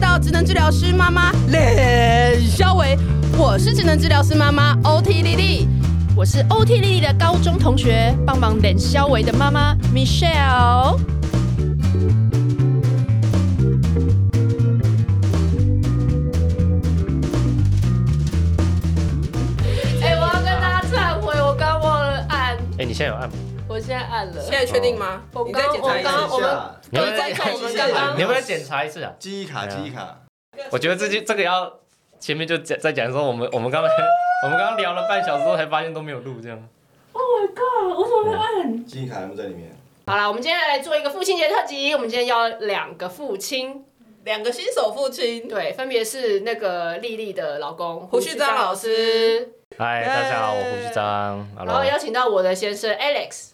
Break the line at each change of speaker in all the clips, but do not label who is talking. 到职能治疗师妈妈冷肖维，我是职能治疗师妈妈 OT 丽丽，
我是 OT 丽丽的高中同学，帮忙冷肖维的妈妈 Michelle。哎、我要跟大家忏悔，我刚忘了按，
哎、你现在有按吗？
我现在按了。哦
现在确定吗？
我
你
刚
再检查一次
刚。我们
你要不要哎
再看我们
你
刚刚
要不要检查一次啊？
记忆卡，
对啊
记忆卡，
我觉得这就这个要前面就讲在讲说我们我们刚才我们刚刚聊了半小时后才发现都没有录这样。
记忆卡有没有在里面？
好了，我们今天来做一个父亲节特辑。我们今天邀两个父亲，
两个新手父亲，
对，分别是那个丽丽的老公
胡旭章老师，
嗨，大家好，我胡旭章
然后
，Hello，
邀请到我的先生 Alex。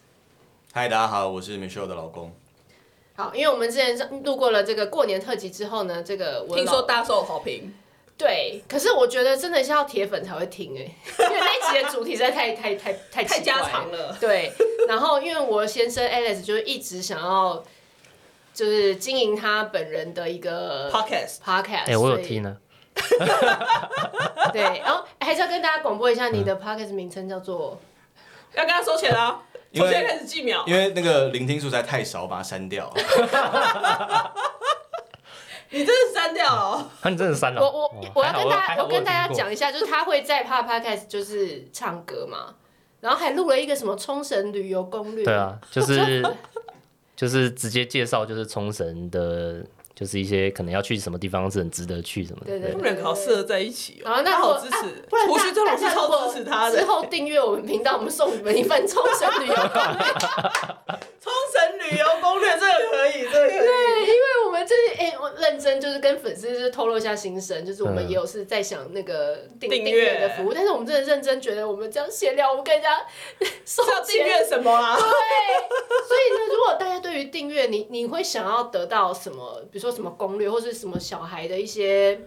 嗨，大家好，我是 Michelle 的老公。
好，因为我们之前录过了这个过年特辑之后呢，这个我
听
老
说大受好评。
对，可是我觉得真的是要铁粉才会听哎、 因为那一集的主题实在太太太
太
太奇怪
家常了
对，然后因为我先生 Alex 就是一直想要，就是经营他本人的一个
Podcast
podcast，
哎、我有
所以
听呢，
对，然后还是要跟大家广播一下，你
嗯
的 podcast 名称叫做
要跟他收钱啦，
因为
从现在开始计秒。
因为那个聆听数实在太少，把它删掉。
你真的删掉了哦、
那、啊你真的删了？
我我
哦
我
还
要跟
好
大
还
家
好
我跟大家
有听过
讲一下，就是他会在他的 podcast 就是唱歌嘛，然后还录了一个什么冲绳旅游攻略，
对，啊，就是就是直接介绍，就是冲绳的，就是一些可能要去什么地方是很值得去什么的。
对对
他们两个好适合在一起哦、
好，那
他
如果
好支持
啊、不然，
胡旭章老师
大家如果
超支持他
之
的。
后订阅我们频道，我们送你们一份冲绳 旅游攻略。
冲绳旅游攻略这个可以，这个 可以。
对，因为我们这哎、我认真就是跟粉丝就是透露一下心声，就是我们
嗯
也有是在想那个订
订阅
阅的服务，但是我们真的认真觉得我们这样闲聊，我们跟人家收
是要订
钱。
阅什么 啦？
所以呢，如果大家对于订阅，你你会想要得到什么？比如说什么攻略，或是什么小孩的一些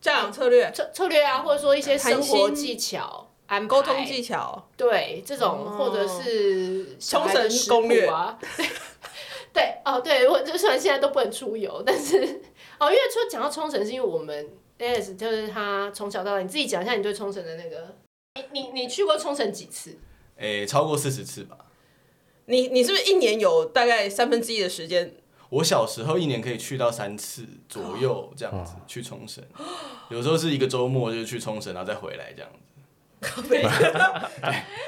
教养策略、
策策略啊，或者说一些生活
谈心
技巧、安
沟通
巧。
技巧，
对，这种、
哦
或者是小
冲
孩的
绳
食
攻略
谱啊，对哦，对我就虽然现在都不能出游，但是哦，因为说讲到冲绳，是因为我们 AS 就是他从小到大，你自己讲一下你对冲绳的那个，你你你去过冲绳几次？
诶、超过四十次吧。
你你是不是一年有大概三分之一的时间？
我小时候一年可以去到三次左右，这样子、去冲绳，有时候是一个周末就去冲绳，然后再回来这样子。
哎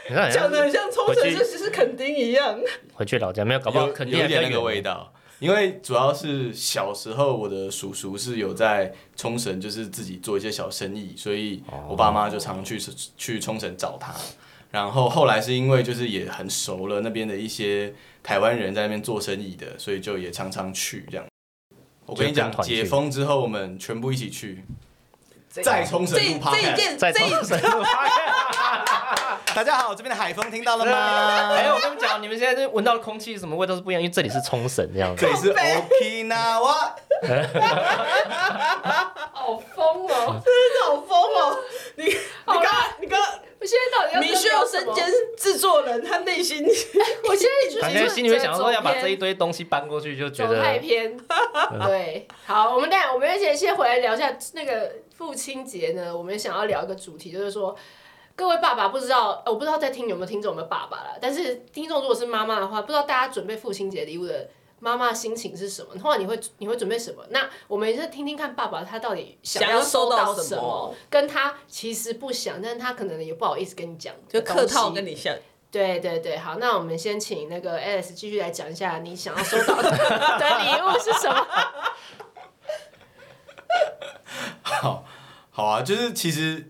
你看 人
讲的
家
很像冲绳，这是垦丁一样。
回去老家没有，搞不好
有
肯定
有一点那个味
味道。
道，因为主要是小时候我的叔叔是有在冲绳，就是自己做一些小生意，所以
哦
我爸妈就常去去冲绳找他。然后后来是因为就是也很熟了那边的一些台湾人在那边做生意的，所以就也常常去这样。我跟你讲
就跟，团去
解封之后我们全部一起去，
这
在冲绳
这
路趴
这一件，
在
这
冲
一
绳路发现，
大家好，这边的海风听到了
还
吗？
哎有我跟你们讲，你们现在就闻到的空气什么味道是不一样，因为这里是冲绳这样子
这。里是 Okinawa，
好疯哦！
真的好疯 哦！你你刚刚你刚刚
我现在到底要
米
跟
歇
他
尔
聊什
身
么
兼制作人，他内 心
我现在就
反
觉得
正心里面想说要把
走
这一
偏
堆东西搬过去，就觉
走太
得
偏。对，好，我们等一下，我们先先回来聊一下那个父亲节呢，我们想要聊一个主题，就是说。各位爸爸不知道，呃我不知道在听有没有听众有没有爸爸啦，但是听众如果是妈妈的话，不知道大家准备父亲节礼物的妈妈心情是什么，或者你会你会准备什么？那我们也是听听看爸爸他到底
想
要
要收
收
到
什
什么
跟他其实不想，但是他可能也不好意思跟你讲
就
的东西，
客套跟你像，
对对对，好，那我们先请那个 Alice 继续来讲一下你想要收到的 礼物是什 么？
好啊，就是其实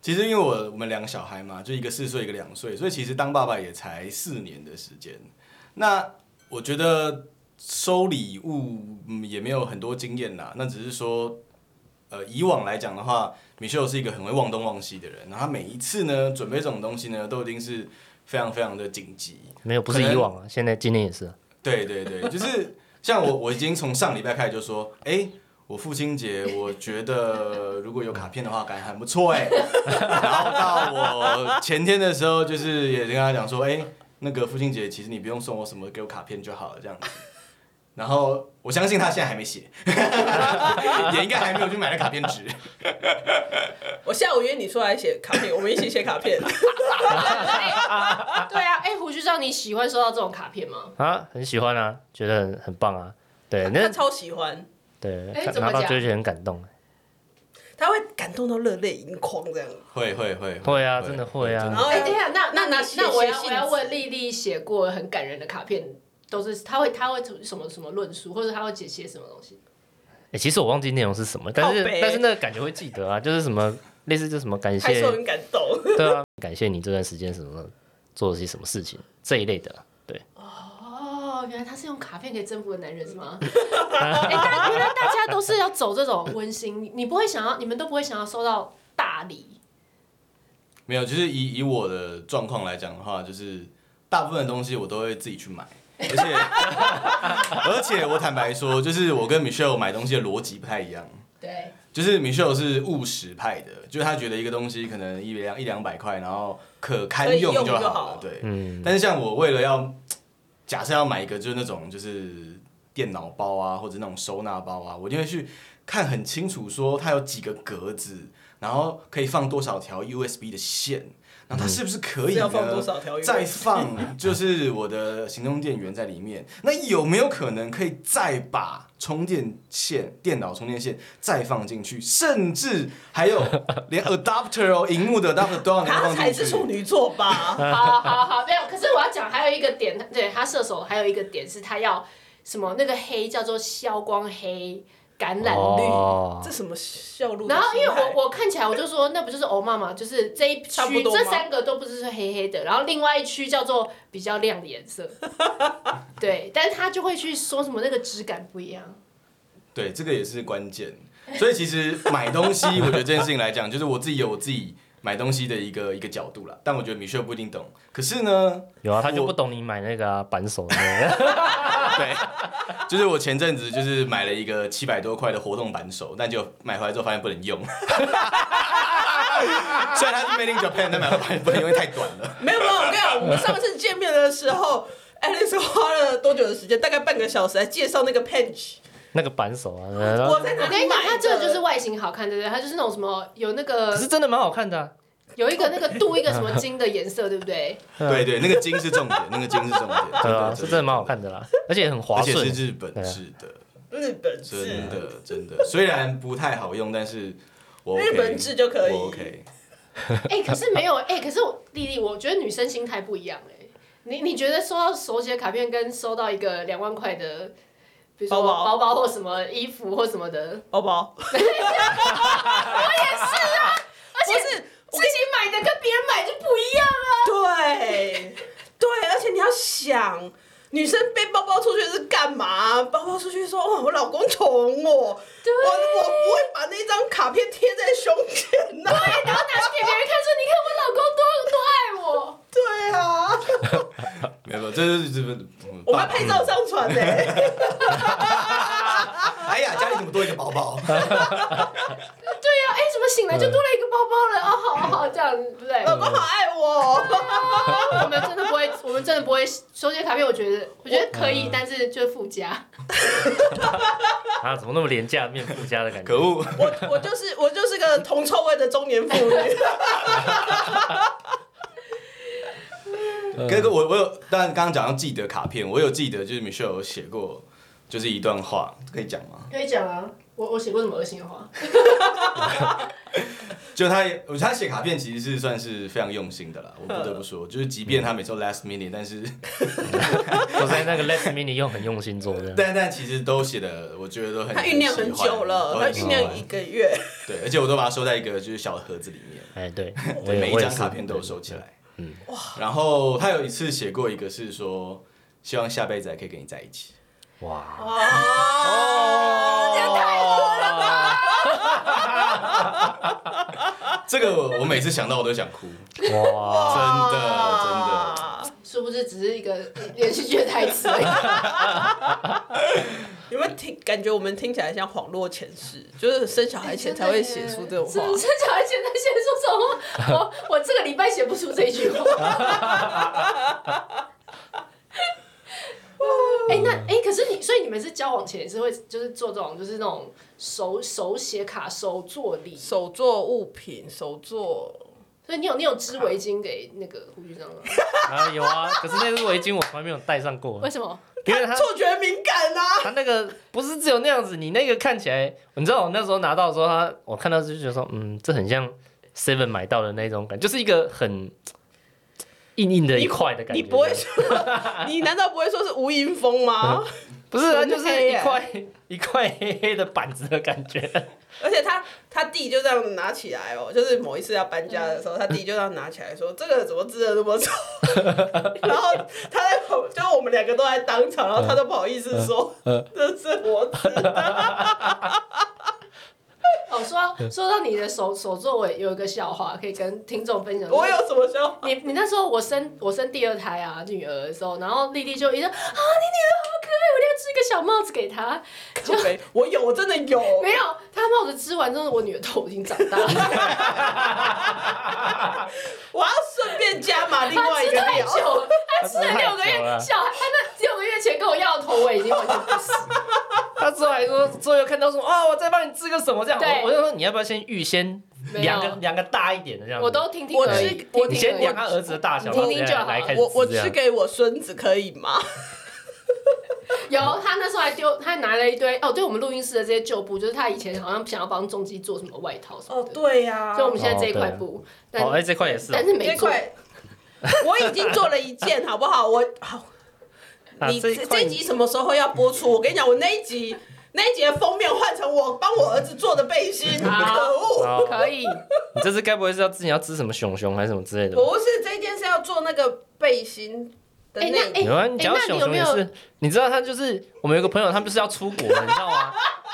其实因为我我们两个小孩嘛，就一个四岁，一个两岁，所以其实当爸爸也才四年的时间。那我觉得收礼物、嗯、也没有很多经验啦，那只是说，呃，以往来讲的话，米秀是一个很会忘东忘西的人，然后他每一次呢准备这种东西呢，都一定是非常非常的紧急。
没有，不是
可能
以往啊，现在今年也是啊。
对对对，就是像我，我已经从上礼拜开始就说，哎、我父亲节，我觉得如果有卡片的话，感觉很不错哎、 然后到我前天的时候，就是也跟他讲说，哎、那个父亲节，其实你不用送我什么，给我卡片就好了这样子。然后我相信他现在还没写， 也应该还没有去买那卡片纸。
我下午约你出来写卡片，我们一起写卡 片。
对啊啊，哎、胡须章，你喜欢收到这种卡片吗？
啊，很喜欢啊，觉得很很棒啊。 对，
他
那
超喜欢，
对
哎
看
怎么
拿到
讲
就会觉得很感动。
他会感动到热泪盈眶这样。
会会会
会啊真的会啊
然后
哎、等一下，那
那
那那
你写
那我
信
要
纸
我要问丽丽写过很感人的卡片，都是她会她会什么什么论述，或者她会解些什么东西？
哎，其实我忘记内容是什么，但是
靠北
但是那个感觉会记得啊，就是什么类似就什么感
拍
谢
手很感动，
对啊，感谢你这段时间什么做了些什么事情这一类的。对，
哦，原来他是用卡片可以征服的男人是吗？ 哎、大原来大家都是要走这种温馨，你不会想要，你们都不会想要收到大礼。
没有，就是以以我的状况来讲的话，就是大部分的东西我都会自己去买，而且 而且我坦白说，就是我跟 Michelle 买东西的逻辑不太一样。
对，
就是 Michelle 是务实派的，就是他觉得一个东西可能一两一两百块，然后可堪
可
用
以
就
用就
好
好
了，对。
嗯，
但是像我为了要假设要买一个就是那种就是电脑包啊，或者那种收纳包啊，我就会去看很清楚说它有几个格子，然后可以放多少条 USB 的线，然后它是不是可
嗯是
以呢？
要放多少条鱼？
再放就是我的行动电源在里面，那有没有可能可以再把充电线、电脑充电线再放进去，甚至还有连 adapter 哦，荧幕的 adapter 都要能够
他
放
才
进
是
去。
处女座吧？
好好好，没有。可是我要讲还有一个点，对他射手还有一个点是他要什么那个黑叫做消光黑、橄榄绿。
哦
这什么笑路的
然
心态？
后因为我我看起来我就说那不就是欧妈妈，就是这一
差不
区
多吗
这三个都不是黑黑的，然后另外一区叫做比较亮的颜色，对，但是他就会去说什么那个质感不一样，
对，这个也是关键。所以其实买东西，我觉得这件事情来讲，就是我自己有我自己买东西的一个一个角度啦。但我觉得米雪不一定懂。可是呢，
有啊，他就
我
不懂你买那个啊扳手那个，
就是我前阵子就是买了一个七百多块的活动扳手，但就买回来之后发现不能用。 虽然它是 Made in Japan，但买回来发现不能用，因为太短了。
没有没有，我跟你讲，我们上次见面的时候 ，Alice 花了多久的时间？大概半个小时来介绍那个 Punch。
那个扳手啊，然后
我在哪
我跟
里
你讲，
买？
它这个就是。外形好看，对不对？它就是那种什么有那
可
个
是真的蛮好看的啊。
有一个那个镀一个什么金的颜色，对不对？
对对，那个金是重点，那个金是重点，
嗯对啊，是真的蛮好，看的啦，而且很划
而且
算
是。日本
对啊
制的，
日嗯本制
真，的真的，虽然不太好用，但是我 OK,
日本制就可以
我 OK。
哎、可是没有哎、可是我丽丽，我觉得女生心态不一样哎、你你觉得收到手写卡片跟收到一个两万块的，比如说
包包
包包或什么衣服或什么的，
包包。
而且是自己买的跟别人买就不一样啊。
对对，而且你要想，女生背包包出去是干嘛？包包出去说，哦，我老公宠我，我我不会把那张卡片贴在胸前呐、
然后拿去给别人看，说你看我老公多多爱我。
对啊，
没有，没有这就是这本。嗯
我们要拍照上传呢、
哎呀，家里怎么多一个 宝宝？
对呀、哎、怎么醒来就多了一个包包了？哦，好好好，这样对不对？
老公好爱我。
我们真的不会，我们真的不会收集卡片。我觉得，我觉得可
嗯
以，但是就是附加。
啊，怎么那么廉价面附加的感觉？
可！恶！
我我就是我就是个铜臭味的中年妇 女，
嗯
哥哥，我我有，但刚刚讲到记得卡片，我有记得，就是 Michelle 有写过，就是一段话，可以讲吗？
可以讲啊，我我写过什么恶心的话？
就他也，我觉得他写卡片其实是算是非常用心的啦，我不得不说，就是即便他每次都 last minute，但是
我在那个 Let's Mini 用很用心做的，
但但其实都写的，我觉得都很
她酝酿很久了，
都
她
很喜
酝
欢
酿一个月。
对，而且我都把它收在一个就是小盒子里面，
哎，对，我
对，
也
每一
我也
张
是
卡片都有收起来。
嗯，
然后他有一次写过一个是说，希望下辈子还可以跟你在一起。
哇，
哦，啊这样太多了吧？
这个我我每次想到我都想哭，
哇，
真的真的。
真的。
殊不知只是一个连续剧的台词 而已。
有没有听？感觉我们听起来像恍若前世，就是生小孩前才会写出这种话。
真小孩现在写出什么？我我这个礼拜写不出这 一句话。哎、那哎、可是你，所以你们是交往前也是会就是做这种就是那种手手写卡、手做礼，
手做物品，手做
所以你有你有织围巾给那个胡局长吗？
啊，有啊，可是那只围巾我从来没有戴上过啊
为，什么？
因为它
错觉敏感啊，
它那个不是只有那样子，你那个看起来，你知道我那时候拿到的时候，它我看到就觉得说，嗯，这很像 Seven 买到的那种感觉，就是一个很硬硬的一块的感觉。
你不会说，你难道不会说是无影风吗？
不是，它啊
纯
就是
黑
一
耶
块 一块黑黑的板子的 感觉。
而且他他弟就这样拿起来哦，就是某一次要搬家的时候，他弟就这样拿起来说：“这个怎么织的那么丑？” 然后他在旁，就是我们两个都在当场，然后他都不好意思说：“
嗯
这是我织的。
哦，说到说到你的手手作，我有一个笑话可以跟听众分享。”
我有什么时候？
你你那时候我生我生第二胎啊女儿的时候，然后丽丽就一直啊你女儿好可爱，我一定要织一个小帽子给她。
靠北我有，我真的有。
没有，她帽子织完之后，我女儿头已经长大了，
我要顺便加码另
她
外一
织
个
太
料。
久了，她织了
她织太
六个
久
月，
了
小孩她那六个月前跟我要的头，我已经完全不行。
他之后还说，之后又看到说啊，我再帮你织个什么这样，
对
我我就说你要不要先预先
没有
量个量个大一点的这样子，
我都听听
我
而
是
已，我
你
听
先
而
量
已。
他儿子的大小，
听听
然后
就好
来开始
我我
织这样
吃给我孙子可以吗？
有，他那时候还丢，他还拿了一堆哦，对我们录音室的这些旧布，就是他以前好像想要帮重基做什么外套什么
哦，
的。
对呀、
所以我们现在这一块布，但
哦，哎，这块也是哦，
但是没
这
做。
块我已经做了一件，好不好？我好。
啊
你
这
这
一块
这一集什么时候要播出？我跟你讲，我那一集那一集的封面换成我帮我儿子做的背 心，可
好
恶！
好
可以，
哦你这次该不会是要之前要织什么熊熊还是什么之类的吧？
不是这一件是要做那个背心的
哎
内
那
衣，
哎
有啊，你讲到
那
熊
你有
熊
没
也
有
是，你知道他就是我们有个朋友，他们就是要出国了，你知 道吗？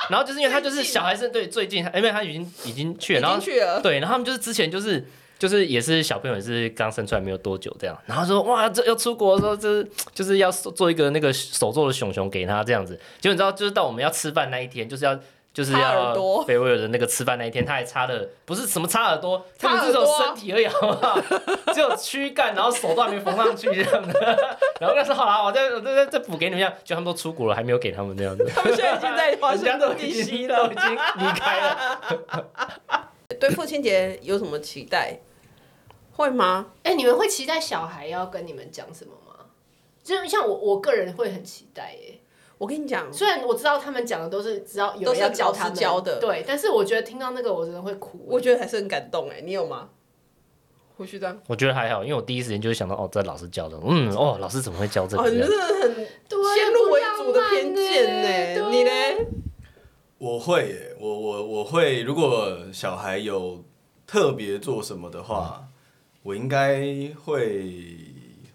然后就是因为他就是小孩是对最近，因为他已经已经去了，
已
然
经
后
去了。
对，然后他们就是之前就是就是也是小朋友也是刚生出来没有多久这样，然后说哇这要出国的时候就是就是要做一个那个手做的熊熊给他这样子，结果你知道就是到我们要吃饭那一天就是要。就是
插
要
耳朵
菲威尔的那个吃饭那一天，他还插了不是什么插耳朵，
插
他们只有
耳朵啊
身体而已，好不好？ 只有躯干，然后手都还没缝上去这样子。 然后那时候好啦，我再我再再再补给你们一下，就他们都出国了，还没有给他们那样子。
他们现在已经在华
人家
盛
都
顿 DC
已经都已经离开了。
对父亲节有什么期待？会吗？
哎，你们会期待小孩要跟你们讲什么吗？就像我，我个人会很期待耶。
我跟你讲，
虽然我知道他们讲的都是只要有
都
人
是
要教
老师
他们
教的
对，但是我觉得听到那个我真的会哭。
我觉得还是很感动哎。你有吗？胡须章？
我觉得还好，因为我第一时间就会想到，哦，这老师教的，嗯，哦，老师怎么会教这
哦，
个？
你真的很
对啊
先入为主的偏见呢。你？
不浪漫耶对啊
呢？
我会耶，我我我会，如果小孩有特别做什么的话，我应该会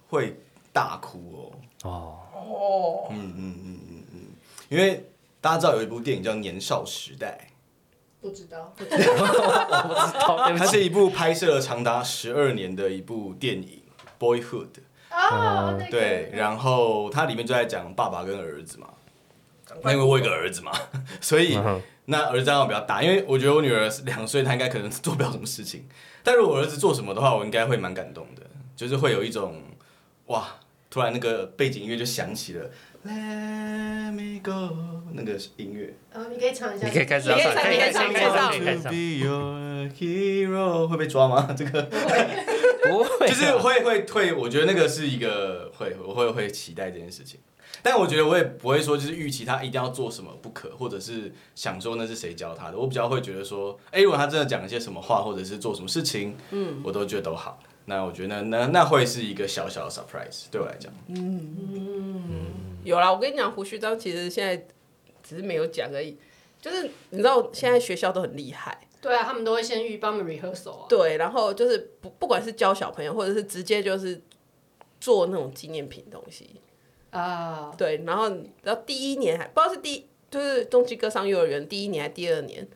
会大哭哦。
哦，
哦，
嗯嗯嗯嗯嗯，因为大家知道有一部电影叫《年少时代
不知道，
我不知道，》，对
它
不起。
是一部拍摄了长达十二年的一部电影《Boyhood》。
哦
啊， 那个
对，然后它里面就在讲爸爸跟儿子嘛，那因为我有一个儿子嘛， 所以
嗯哼
那儿子当然比较大，因为我觉得我女儿两岁，她应该可能做不了什么事情，但如果我儿子做什么的话，我应该会蛮感动的，就是会有一种哇，突然那个背景音乐就响起了，Let me go 那个音乐。
呃，你可以唱一下，
你可以开始
要唱
可以开始
你可以
唱
唱
你可以
To
唱
be your hero 会被抓吗？这个
不会啊，
就是会会会，我觉得那个是一个会，我会会期待这件事情。但我觉得我也不会说就是预期他一定要做什么不可，或者是想说那是谁教他的。我比较会觉得说，哎、如果他真的讲一些什么话，或者是做什么事情，嗯，我都觉得都好。那我觉得那那那会是一个小小的 surprise 对我来讲。
有啦，我跟你讲，胡须章其实现在只是没有讲而已。就是你知道，现在学校都很厉害，
对啊，他们都会先预帮我们 rehearsal 啊。
对，然后就是不不管是教小朋友，或者是直接就是做那种纪念品东西，
啊，
对，然后然后第一年还不知道是第就是东基歌商幼儿园第一年还第二年，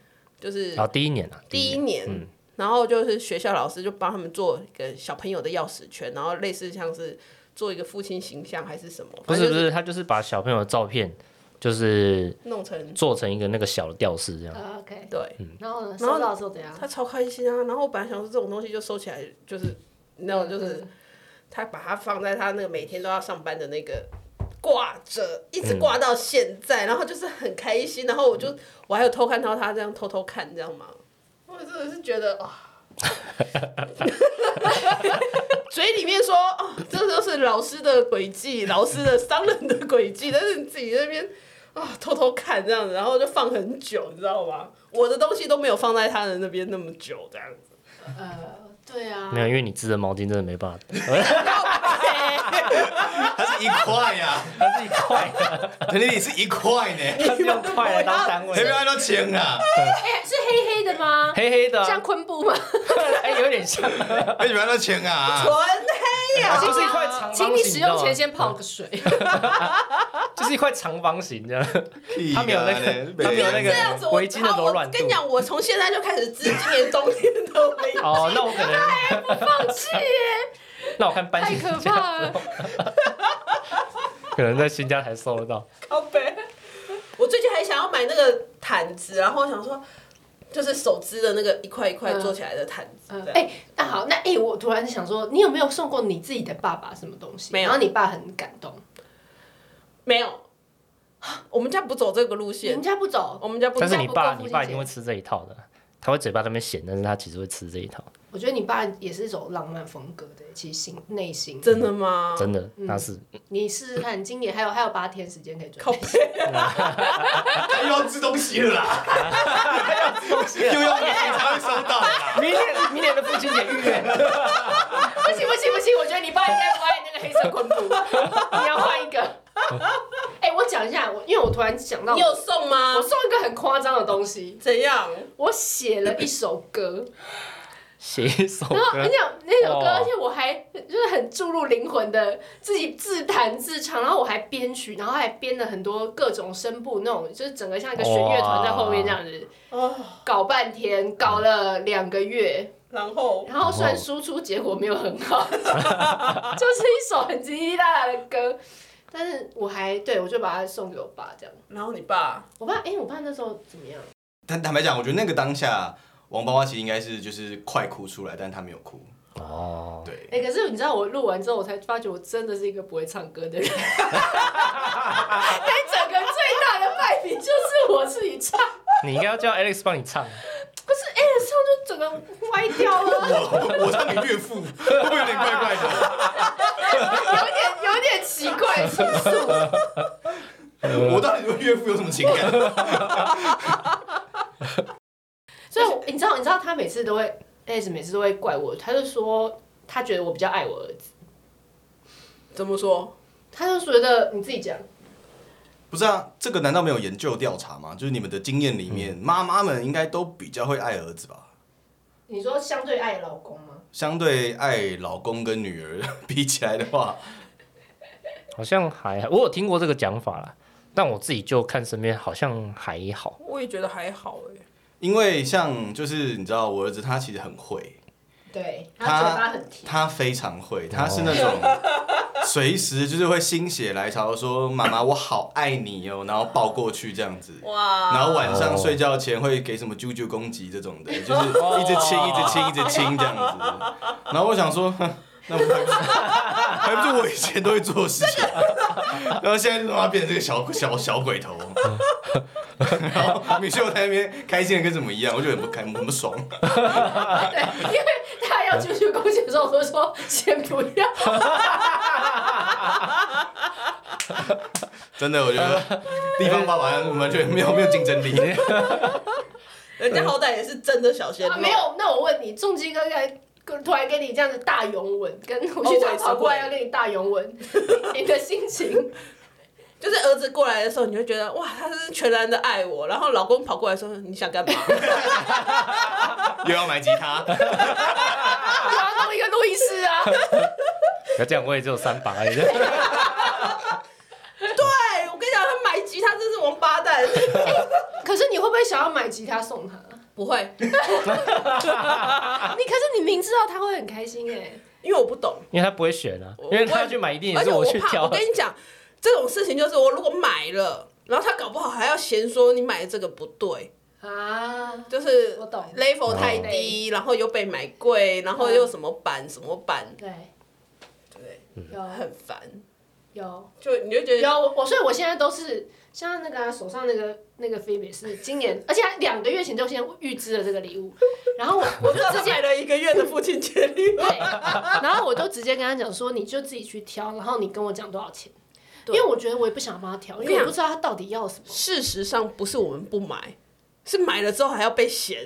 就是
啊，第一年啊，
第一
年
年，然后就是学校老师就帮他们做一个小朋友的钥匙圈，然后类似像是做一个父亲形象还是什么，
不
反
是
正
不，
就是
他就是把小朋友的照片，就是
弄成
做成一个那个小的吊饰这样。
啊 OK，
对。
嗯
然后呢？
然后
收到的时候怎样？
他超开心啊！然后我本来想说这种东西就收起来，就是那种就是他把它放在他那个每天都要上班的那个挂着，一直挂到现在，然后就是很开心，然后我就我还有偷看到他这样偷偷看，这样吗？
我真的是觉得啊，
嘴里面说哦，这都是老师的诡计，老师的商人的诡计，但是你自己那边啊、偷偷看这样子，然后就放很久，你知道吗？我的东西都没有放在他的那边那么久，这样子。
呃，对啊，
没有，因为你织的毛巾真的没 办法，
它是一块呀、
它是一块，
肯定也是一块呢，
它是用块来 当单
还没有
位，
按到钱啊，
哎、是黑黑的吗？
黑黑的啊，
像昆布吗？
哎，有点 像，
还没有按到钱啊
纯，黑呀、
就是一块长
啊
方形，
请你使用前
你知道吗
先泡个水。
嗯
就是一块长方形这样，
他
它没有那个，它没有那
这样子
个
我
围巾的
好
柔软
我
度
跟。你讲，我从现在就开始织今年冬天的围巾。
哦，那我可 能，
放弃耶，
那我看搬
太
新
可
家，
怕了！
可能在新家才收得到。
靠背。我最近还想要买那个毯子，然后我想说，就是手织的那个一块一块
嗯
做起来的毯子。
嗯
对
哎、那好，那哎、我突然想说，你有没有送过你自己的爸爸什么东西？
没有
然后你爸很感动。
没有，我们家不走这个路
你
线
们，家不走，
我们家不
但是
走。
你爸，
不过父亲
你
节
爸一定会吃这一套的。他会嘴巴在那边咸，但是他其实会吃这一套，
我觉得你爸也是走浪漫风格的，其实心内心
真的吗？
真的，那是
你试试看，今年还有还有八天时间可以准
靠
备。
背，
嗯
他又要吃东西 了啦，又要你才会收到啦。
明年明年的父亲节预约，
不行不行不行，我觉得你爸应该不爱那个黑色昆布，你要换一个。哎、我讲一下，我因为我突然想到，
你有送吗
我？送一个很夸张的东西，
怎样？
我写了一首歌，
写一首
嗯
然后
歌
你，想那首歌，
哦
而且我还就是很注入灵魂的，自己自弹自唱，然后我还编曲，然后还编了很多各种声部，那种就是整个像一个弦乐团在后面这样子
哦，
搞半天，搞了两个月，
然后
然后虽然输出结果没有很好，就是一首很叽叽喳喳的歌，但是我还对我就把它送给我爸这样。
然后你爸
我爸哎、我爸那时候怎么样？
但坦白讲，我觉得那个当下，王爸爸其实应该是就是快哭出来，但他没有哭。
哦，
对，
哎、可是你知道我录完之后，我才发觉我真的是一个不会唱歌的人。 哎但整个最大的败笔就是我自己唱，
你应该要叫 Alex 帮你唱，
不是哎、唱就整个歪掉了，
我我当你岳父，我有点怪怪的。
有点有点奇怪，是 不是？
我到底对岳父有什么情感？
所以我你知道，你知道他每次都会，S 每次都会怪我，他就说他觉得我比较爱我儿子，
怎么说？
他就觉得你自己讲，
不是啊，这个难道没有研究调查吗？就是你们的经验里面，妈妈们应该都比较会爱儿子吧？
你说相对爱老公吗？
相对爱老公跟女儿 比起来的话，
好像还我有听过这个讲法啦，但我自己就看身边好像还好，
我也觉得还好哎。
因为像就是你知道，我儿子他其实很会，
对，
他
他嘴巴很甜，
他非常会，他是那种随时就是会心血来潮说妈妈我好爱你哦，然后抱过去这样子。
哇！
然后晚上睡觉前会给什么啾啾公鸡这种的，就是 一直亲、一直亲、一直亲这样子。然后我想说，哼那不还不是还不是我以前都会做的事情， 然后现在他妈变成这个小小小鬼头。然后米秀在那边开心的跟什么一样，我就很不开很不爽。
对，因为他要出去公写的时候，我都说先不要。
真的，我觉得地方爸爸完全没有没有竞争力。
人家好歹也是真的小鲜肉，
啊没有，那我问你，重基哥在突然跟你这样子大拥吻，跟 我
哦我
去找
也是
跑过来
会
要跟你大拥吻，你的心 情？
就是儿子过来的时候，你就觉得哇，他是全然的爱我。然后老公跑过来说：“你想 干嘛
又要买吉他，
我要弄一个路易斯 啊！
可这样我也只有三把而已。？”
对，我跟你讲，他买吉他真是王八蛋。哎
可是你会不会想要买吉他送 他？
不会，
你可是你明知道他会很开心哎、
因为我不懂，
因为他不会选啊，
我
因为他要去买一定也
而
是
且
我去
怕。
挑
我跟你讲，这种事情就是我如果买了，然后他搞不好还要嫌说你买的这个不对，
啊，
就是
我懂
哦
level 太低，然后又被买贵，然后又什么版什么版，
对，
对，
有
很烦。
有
就你就觉得
有我，我所以我现在都是像那个啊、手上那个那个菲比是今年，而且他两个月前就先预知了这个礼物，然后我我就直
自己
接
买了一个月的父亲节礼物
对，然后我就直接跟他讲说，你就自己去挑，然后你跟我讲多少钱，因
对
为我觉得我也不想帮他挑，因为我不知道他到底要什么。
事实上不是我们不买，是买了之后还要被嫌。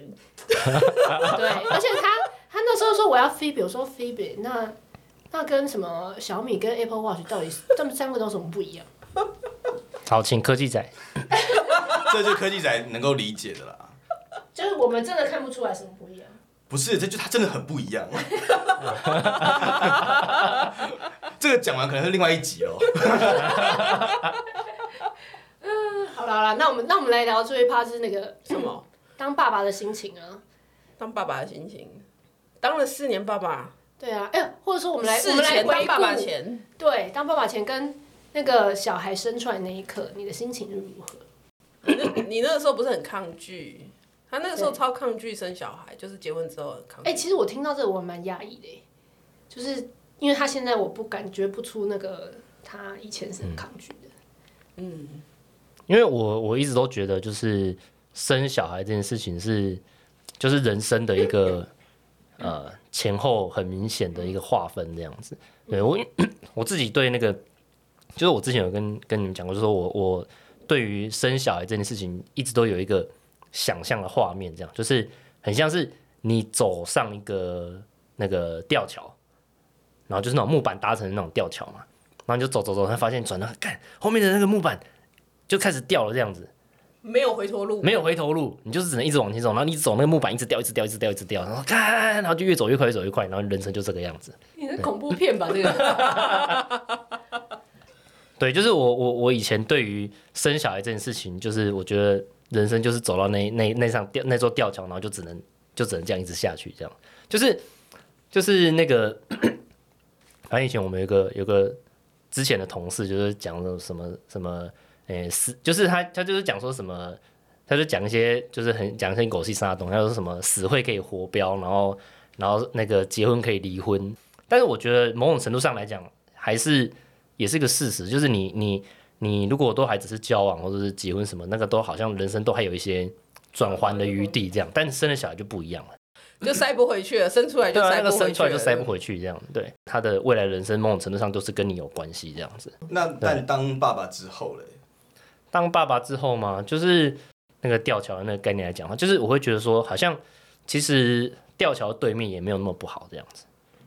对，而且他他那时候说我要 Phoebe，我说 Phoebe，那那跟什么小米跟 Apple Watch 到底是他们三个都有什么不一样？
好，请科技仔，
这就是科技仔能够理解的啦。
就是我们真的看不出来什么不一样。
不是，这就它真的很不一样。这个讲完可能是另外一集哦。
好了好了，那我们那我们来聊最后一趴是那个
什么？
当爸爸的心情啊。
当爸爸的心情，当了四年爸爸，
对啊，哎、或者说我们来我
事
们来
前
回
当
顾
爸爸前，
对，当爸爸前跟那个小孩生出来那一刻，你的心情是如何？
你那个时候不是很抗拒？他那个时候
对
超抗拒生小孩，就是结婚之后很抗
哎、
拒。
其实我听到这个我蛮压抑的耶，就是因为他现在我不感觉不出那个他以前是很抗拒的。
嗯，
因为我我一直都觉得，就是生小孩这件事情是，就是人生的一个呃前后很明显的一个划分这样子。对我我自己对那个，就是我之前有跟跟你们讲过，就是说我我对于生小孩这件事情一直都有一个想象的画面，这样就是很像是你走上一个那个吊桥，然后就是那种木板搭成的那种吊桥嘛，然后你就走走走，才发现转到干后面的那个木板。就开始掉了这样子，
没有回头路，
没有回头路，你就是只能一直往前走，然后你一直走那个木板一直掉，一直掉，一直掉，一直掉，然后看，然后就越走越快，越走越快，然后人生就这个样子。
你是恐怖片吧？这 个
对，就是我我我以前对于生小孩这件事情，就是我觉得人生就是走到那那那上吊那座吊桥，然后就只能就只能这样一直下去，这样就是就是那个，反正以前我们有一个有个之前的同事，就是讲那种什么什么，诶、死，就是他他就是讲说什么。他就讲一些，就是很讲一些狗屁啥东西，他说什么死会可以活标，然后然后那个结婚可以离婚，但是我觉得某种程度上来讲，还是也是个事实，就是你你你如果都还只是交往或者是结婚什么，那个都好像人生都还有一些转换的余地这样，但生了小孩就不一样了，
就塞不回去了，生出来就
对啊，
塞
那
不
个
回去了。
生出来就塞不回去这样，对，他的未来人生某种程度上都是跟你有关系这样子。
那但当爸爸之后嘞，
当爸爸之后嘛，就是那个吊桥的那个概念来讲的话，就是我会觉得说，好像其实吊桥对面也没有那么不好这样子。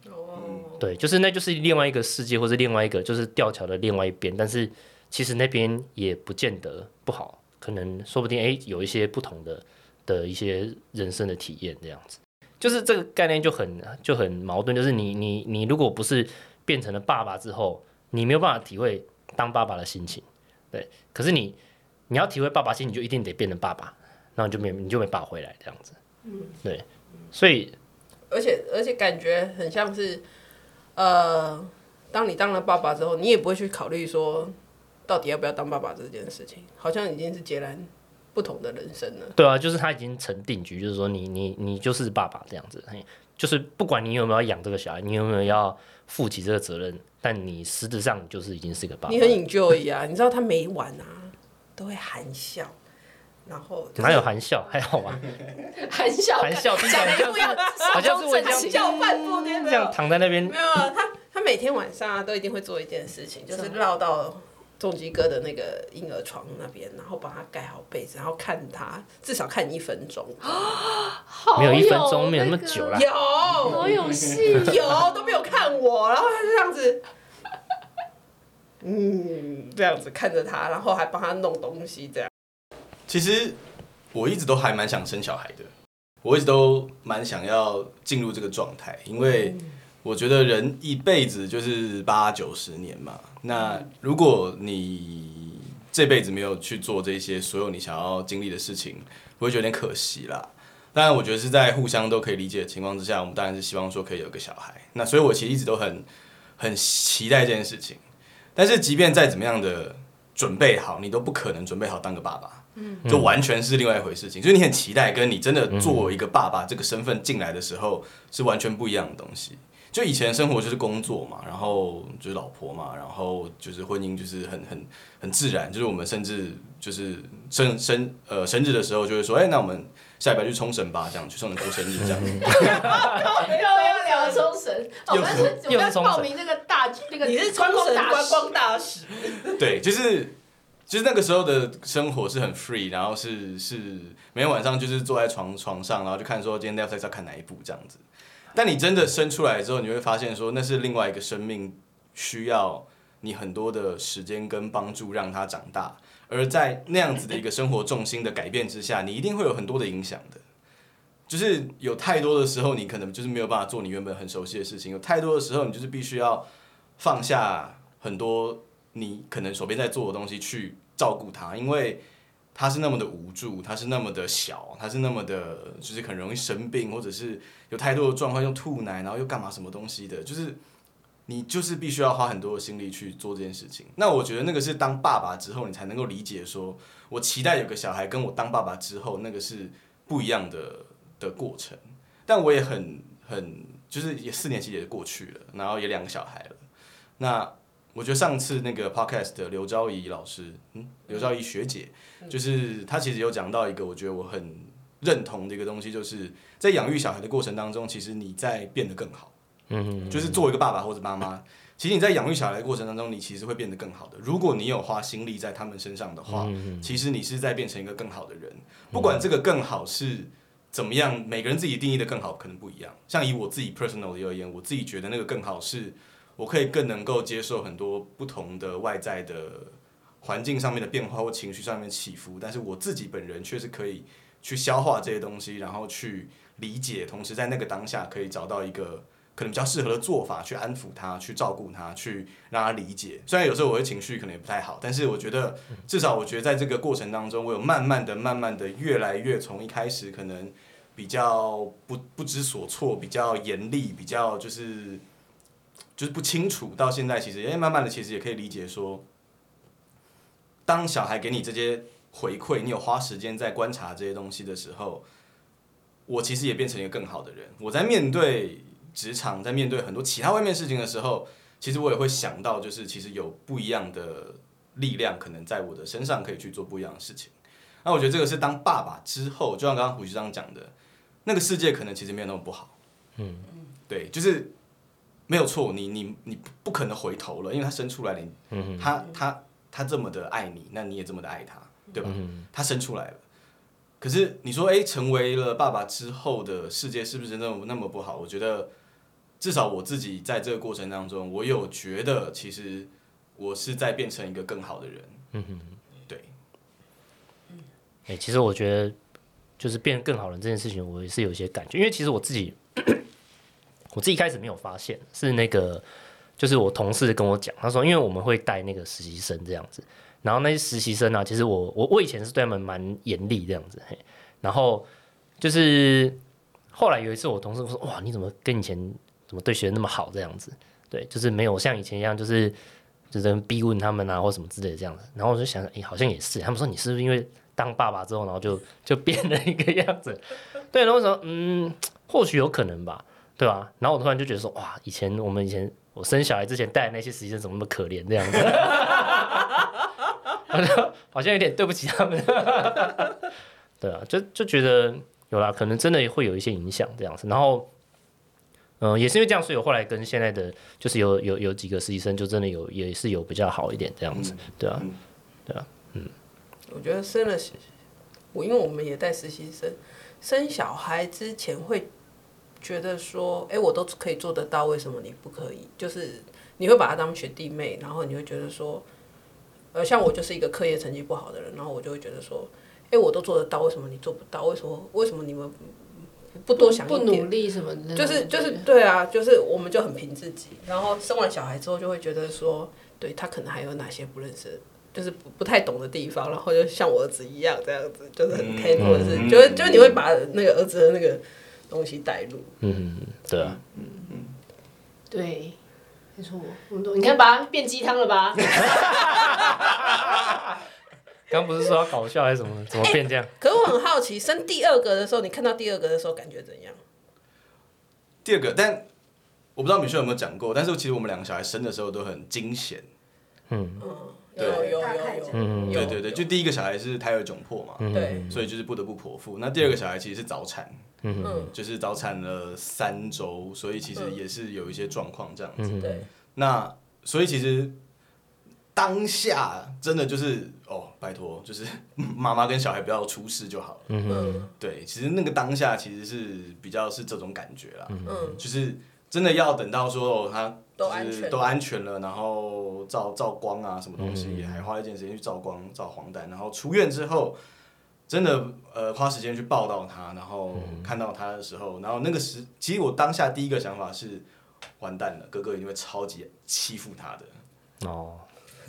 哦，
对，就是那就是另外一个世界，或是另外一个就是吊桥的另外一边，但是其实那边也不见得不好，可能说不定诶有一些不同的的一些人生的体验这样子，就是这个概念就很就很矛盾，就是你你你如果不是变成了爸爸之后，你没有办法体会当爸爸的心情，对，可是你你要体会爸爸心，你就一定得变成爸爸，然后你就没你就没爸回来这样子，嗯，对，所以
而且而且感觉很像是，呃，当你当了爸爸之后，你也不会去考虑说到底要不要当爸爸这件事情，好像已经是截然不同的人生了。
对啊，就是他已经成定局，就是说你你你就是爸爸这样子，嘿就是不管你有没有养这个小孩，你有没有要负起这个责任，但你实质上就是已经是个爸爸
你。很 enjoy 啊，你知道他每晚啊都会含笑，然后就是
哪有含笑？还好吧，
含笑
含笑听起
哦
来
讲的一样，
好像是我
正
这
经
样
叫半步癫
这样躺在那边
没有啊，他他每天晚上啊都一定会做一件事情，就是
啊
绕到重基哥的那个婴儿床那边，然后帮他盖好被子，然后看他至少看一分钟。
没有一分钟，没有那么久啦。
有
好有啊戏， 哦
有都没有看我，然后他就这样子。嗯，这样子看着他，然后还帮他弄东西，这样。
其实我一直都还蛮想生小孩的，我一直都蛮想要进入这个状态，因为我觉得人一辈子就是八九十年嘛。那如果你这辈子没有去做这些所有你想要经历的事情，我会觉得有点可惜啦。当然，我觉得是在互相都可以理解的情况之下，我们当然是希望说可以有个小孩。那所以，我其实一直都很很期待这件事情。但是，即便再怎么样的准备好，你都不可能准备好当个爸爸。就完全是另外一回事情。所以你很期待，跟你真的作为一个爸爸这个身份进来的时候是完全不一样的东西。就以前生活就是工作嘛，然后就是老婆嘛，然后就是婚姻就是很很很自然，就是我们甚至就是生生呃生日的时候就会说，哎、那我们下礼拜去冲绳吧，这样去冲绳过生日这样。
又要聊冲绳，哦我
又
们
是
是我们
又是
要
冲绳
报名那个大那个
你是观光
冲绳大
观
使
光大使，
对，就是就是那个时候的生活是很 free，然后是是每天晚上就是坐在床床上，然后就看说今天 Netflix 要看哪一部这样子。但你真的生出来之后，你会发现说那是另外一个生命，需要你很多的时间跟帮助让它长大。而在那样子的一个生活重心的改变之下，你一定会有很多的影响的。就是有太多的时候，你可能就是没有办法做你原本很熟悉的事情；有太多的时候，你就是必须要放下很多你可能手边在做的东西去照顾他，因为他是那么的无助，他是那么的小，他是那么的，就是很容易生病，或者是有太多的状况，又吐奶，然后又干嘛什么东西的，就是你就是必须要花很多的心力去做这件事情。那我觉得那个是当爸爸之后，你才能够理解说，我期待有个小孩跟我当爸爸之后，那个是不一样的的过程。但我也很很，就是也四年级也过去了，然后也两个小孩了，那我觉得上次那个 podcast 的刘昭仪老师，嗯，刘昭仪学姐，就是她其实有讲到一个我觉得我很认同的一个东西，就是在养育小孩的过程当中，其实你在变得更好，嗯就是作为一个爸爸或者妈妈，其实你在养育小孩的过程当中，你其实会变得更好的。如果你有花心力在他们身上的话，其实你是在变成一个更好的人。不管这个更好是怎么样，每个人自己定义的更好可能不一样。像以我自己 personally 而言，我自己觉得那个更好是。我可以更能够接受很多不同的外在的环境上面的变化或情绪上面的起伏，但是我自己本人却是可以去消化这些东西，然后去理解，同时在那个当下可以找到一个可能比较适合的做法去安抚他，去照顾他，去让他理解。虽然有时候我的情绪可能也不太好，但是我觉得至少我觉得在这个过程当中，我有慢慢的、慢慢的越来越从一开始可能比较不不知所措，比较严厉，比较就是。就是不清楚，到现在其实，哎、慢慢的其实也可以理解说，当小孩给你这些回馈，你有花时间在观察这些东西的时候，我其实也变成一个更好的人。我在面对职场，在面对很多其他外面事情的时候，其实我也会想到，就是其实有不一样的力量，可能在我的身上可以去做不一样的事情。那我觉得这个是当爸爸之后，就像刚刚胡局长讲的，那个世界可能其实没有那么不好。嗯，对，就是没有错，你你你不不可能回头了，因为他生出来了你，他他他这么的爱你，那你也这么的爱他，对吧？他生出来了，可是你说，哎，成为了爸爸之后的世界是不是那么那么不好？我觉得，至少我自己在这个过程当中，我有觉得，其实我是在变成一个更好的人。对，
哎、其实我觉得就是变更好人这件事情，我也是有一些感觉，因为其实我自己我自己一开始没有发现，是那个就是我同事跟我讲，他说因为我们会带那个实习生这样子，然后那些实习生啊，其实我我我以前是对他们蛮严厉这样子，嘿，然后就是后来有一次我同事说哇你怎么跟以前怎么对学生那么好这样子，对，就是没有像以前一样就是。就是逼问他们啊，或什么之类的这样子，然后我就想，哎、好像也是。他们说你是不是因为当爸爸之后，然后就就变了一个样子。对，然后我想，嗯，或许有可能吧，对吧、然后我突然就觉得说，哇，以前我们以前我生小孩之前带的那些实习生怎么那么可怜这样子， 好像好像有点对不起他们。 对啊，就就觉得有啦，可能真的会有一些影响这样子。然后，嗯、也是因为这样，所以我后来跟现在的就是有有有几个实习生，就真的有也是有比较好一点这样子，对啊。
我觉得生了实，我因为我们也带实习生，生小孩之前会觉得说，哎、我都可以做得到，为什么你不可以？就是你会把她当学弟妹，然后你会觉得说，呃，像我就是一个课业成绩不好的人，然后我就会觉得说，哎、我都做得到，为什么你做不到？为什么为什么你们不不多想一
不
点？
努力什么的，
就是就是对啊，就是我们就很凭自己，然后生完小孩之后就会觉得说，对他可能还有哪些不认识的，就是不不太懂的地方，然后就像我儿子一样这样子，就是很
嗯
c a 或者是
嗯
就是就是你会把那个儿子的那个东西带入，
嗯，对啊，
对，没错，我们都你看吧，变鸡汤了吧？
刚不是说要搞笑还是什 么？怎么变这样？
可是我很好奇，生第二个的时候，你看到第二个的时候感觉怎样？
第二个，但我不知道米秀有没有讲过，但是其实我们两个小孩生的时候都很惊险。
嗯有有有
大概
有
讲
哦有，
对对对，就嗯第一个小孩是胎儿窘迫嘛，
对，
所以就是不得不剖腹。那第二个小孩其实是早产，
嗯
就是早产了三周，所以其实也是有一些状况这样子。
对，
那所以其实当下真的就是哦，拜托，就是妈妈跟小孩不要出事就好了。
嗯
对，其实那个当下其实是比较是这种感觉啦，
嗯
就是真的要等到说哦，他
都安
就是
全了
都安全了，然后照照光啊，什么东
嗯
西也还花了一点时间去照光、照黄疸，然后出院之后，真的呃花时间去报道他，然后
嗯
看到他的时候，然后那个时，其实我当下第一个想法是，完蛋了，哥哥一定会超级欺负他的。
哎
哦，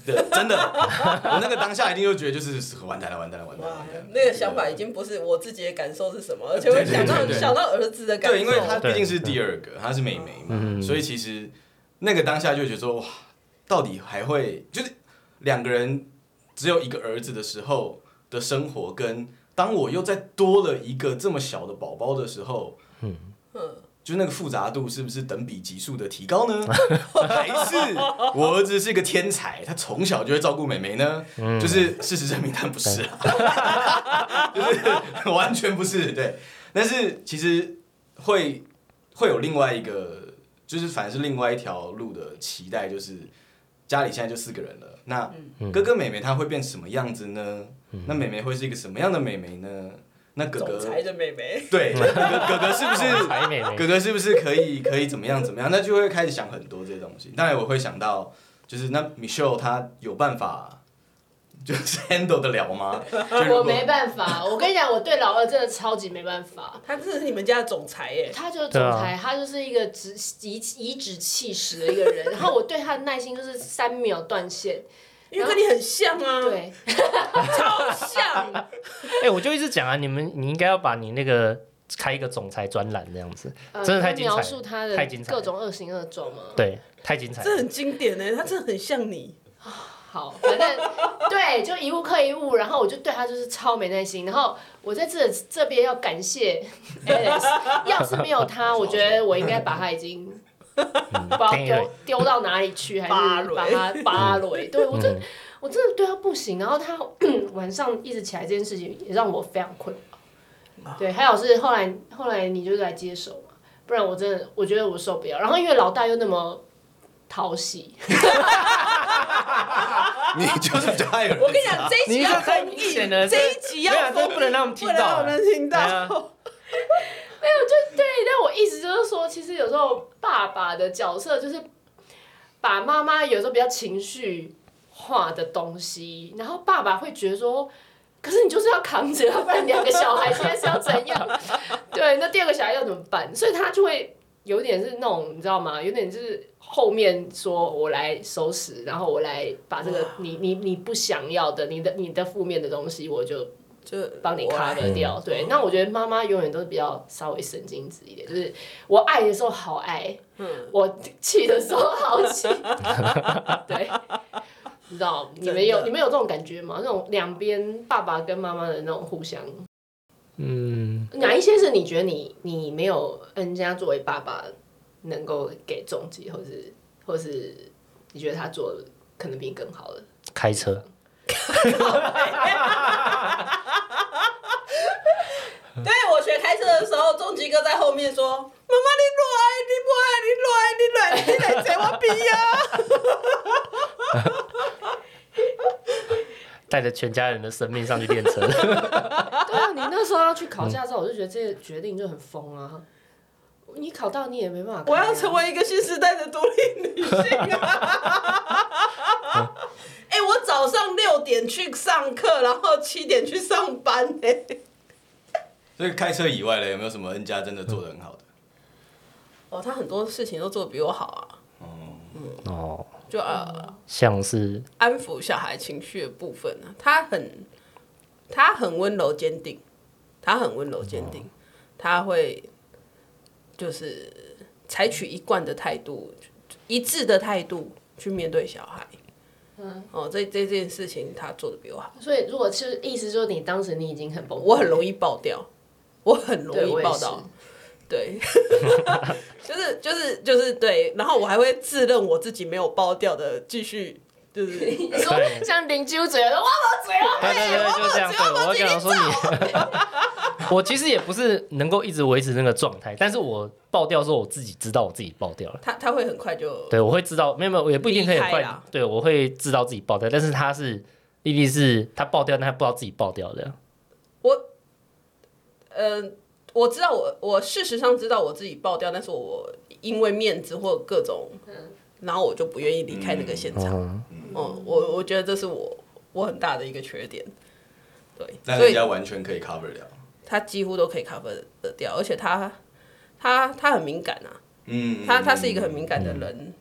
对，真的，我那个当下一定就觉得就是完蛋了，完蛋了，完蛋了，
哇
完蛋了，
那个想法已经不是我自己的感受是什么，而且会想到
对对对
想到儿子的感受，
对，因为她
对
毕竟是第二个，她是妹妹嘛，所以其实那个当下就觉得说，哇，到底还会就是两个人只有一个儿子的时候的生活，跟当我又再多了一个这么小的宝宝的时候，
嗯
就那个复杂度是不是等比级数的提高呢？还是我儿子是个天才，他从小就会照顾妹妹呢？就是事实证明他不是啊，就是完全不是对。但是其实会会有另外一个，就是反正是另外一条路的期待，就是家里现在就四个人了，那哥哥妹妹他会变什么样子呢？那妹妹会是一个什么样的妹妹呢？那哥
总
哥
裁的妹妹，
对，哥哥哥哥是不是
才美眉
哥哥是不是可以可以怎么样怎么样？那就会开始想很多这些东西。当然我会想到，就是那 Michelle 她有办法就是 handle 得 了吗？就如
我
果
没办法，我跟你讲，我对老二真的超级没办法。
他真的是你们家的总裁耶，
他就是总
啊
裁，他就是一个直颐颐指气使的一个人， 然后我对他的耐心就是三秒断线。
因为跟你很像啊，，
对，
超像，
哎、我就一直讲啊，你们你应该要把你那个开一个总裁专栏这样子，
呃
真的太
他
精彩
描
了
述他的
太精彩了
各种恶行恶状嘛。
对，太精彩了
这。很经典呢，他真的很像你，
好，反正对，就一物克一物，然后我就对他就是超没耐心。然后我在这这边要感谢 Alex，要是没有他，我觉得我应该把他已经不知道
天雷
丢丢到哪里去，还
芭
是
蕾
把他扒雷。对我真我真的对他不行。然后他 晚上一直起来这件事情也让我非常困扰。对，还有是后来后来你就是来接手嘛，不然我真的我觉得我受不了。然后因为老大又那么讨喜，
你就是比较爱有人
我跟你讲，这一集
你
要
这太
封
明显
印，
了
这一集
没有
要
啊
封
这
印，
不能让我们听到
不能让我们听
对啊
到，
对，但我一直就是说，其实有时候爸爸的角色就是把妈妈有时候比较情绪化的东西，然后爸爸会觉得说，可是你就是要扛着啊，不然两个小孩现在是要怎样？ 对，那第二个小孩要怎么办？所以他就会有点是那种，你知道吗？有点就是后面说我来收拾，然后我来把这个你你你不想要的、你的你的负面的东西，我就
就
帮你
我来
cover 掉。对，那我觉得妈妈永远都是比较稍微神经质一点，就是我爱的时候好爱，
嗯
我气的时候好气， 对。你知道你们有
真的
你们有这种感觉吗？那种两边爸爸跟妈妈的那种互相，
嗯，
哪一些是你觉得你你没有人家作为爸爸能够给重击，或是或是你觉得他做的可能比你更好的？
开车，
对我学开车的时候，仲吉哥在后面说：“妈妈，啊你落来，你不爱，你落来，你落来，你来接我比啊
带着全家人的生命上去练车。
对啊，你那时候要去考驾照，我就觉得这个决定就很疯啊！你考到你也没办法、！” 啊
我要成。为一个新时代的独立女性啊！ 哎、我早上六点去上课，然后七点去上班欸呢、
所以开车以外嘞，有没有什么 N 家真的做的很好的？
哦，他很多事情都做得比我好啊，
哦，
就
嗯
呃
像是
安抚小孩情绪的部分呢、啊，他很他很温柔坚定，他很温柔
嗯
坚定，他会就是采取一贯的态度，一致的态度去面对小孩。嗯，哦，这这件事情他做的比我好，
所以，如果就是意思就是你当时你已经很崩溃，
我很容易爆掉，我很容
对
易
我也
爆
是
掉，对， 就是就是就是对，然后我还会自认我自己没有包掉的，继续就是
你说
对
像邻居嘴，我我嘴了，
对对对，就这样。对，我会跟他说你， 我其实也不是能够一直维持那个状态，但是我爆掉的时候，我自己知道我自己爆掉了。
他他会很快就
对，我会知道，没有没有，也不一定可以很
离
快
开啦。
对，我会知道自己爆掉，但是他是丽丽是她爆掉，但她不知道自己爆掉的。
我，呃，我知道我我事实上知道我自己爆掉，但是我因为面子或各种，然后我就不愿意离开那个现场。
嗯，
嗯，我我觉得这是我我很大的一个缺点。对，
但
所
人
以
家完全可以 cover 了。
他几乎都可以 cover 得掉，而且他他他很敏感啊，
嗯，
他他是一个很敏感的人。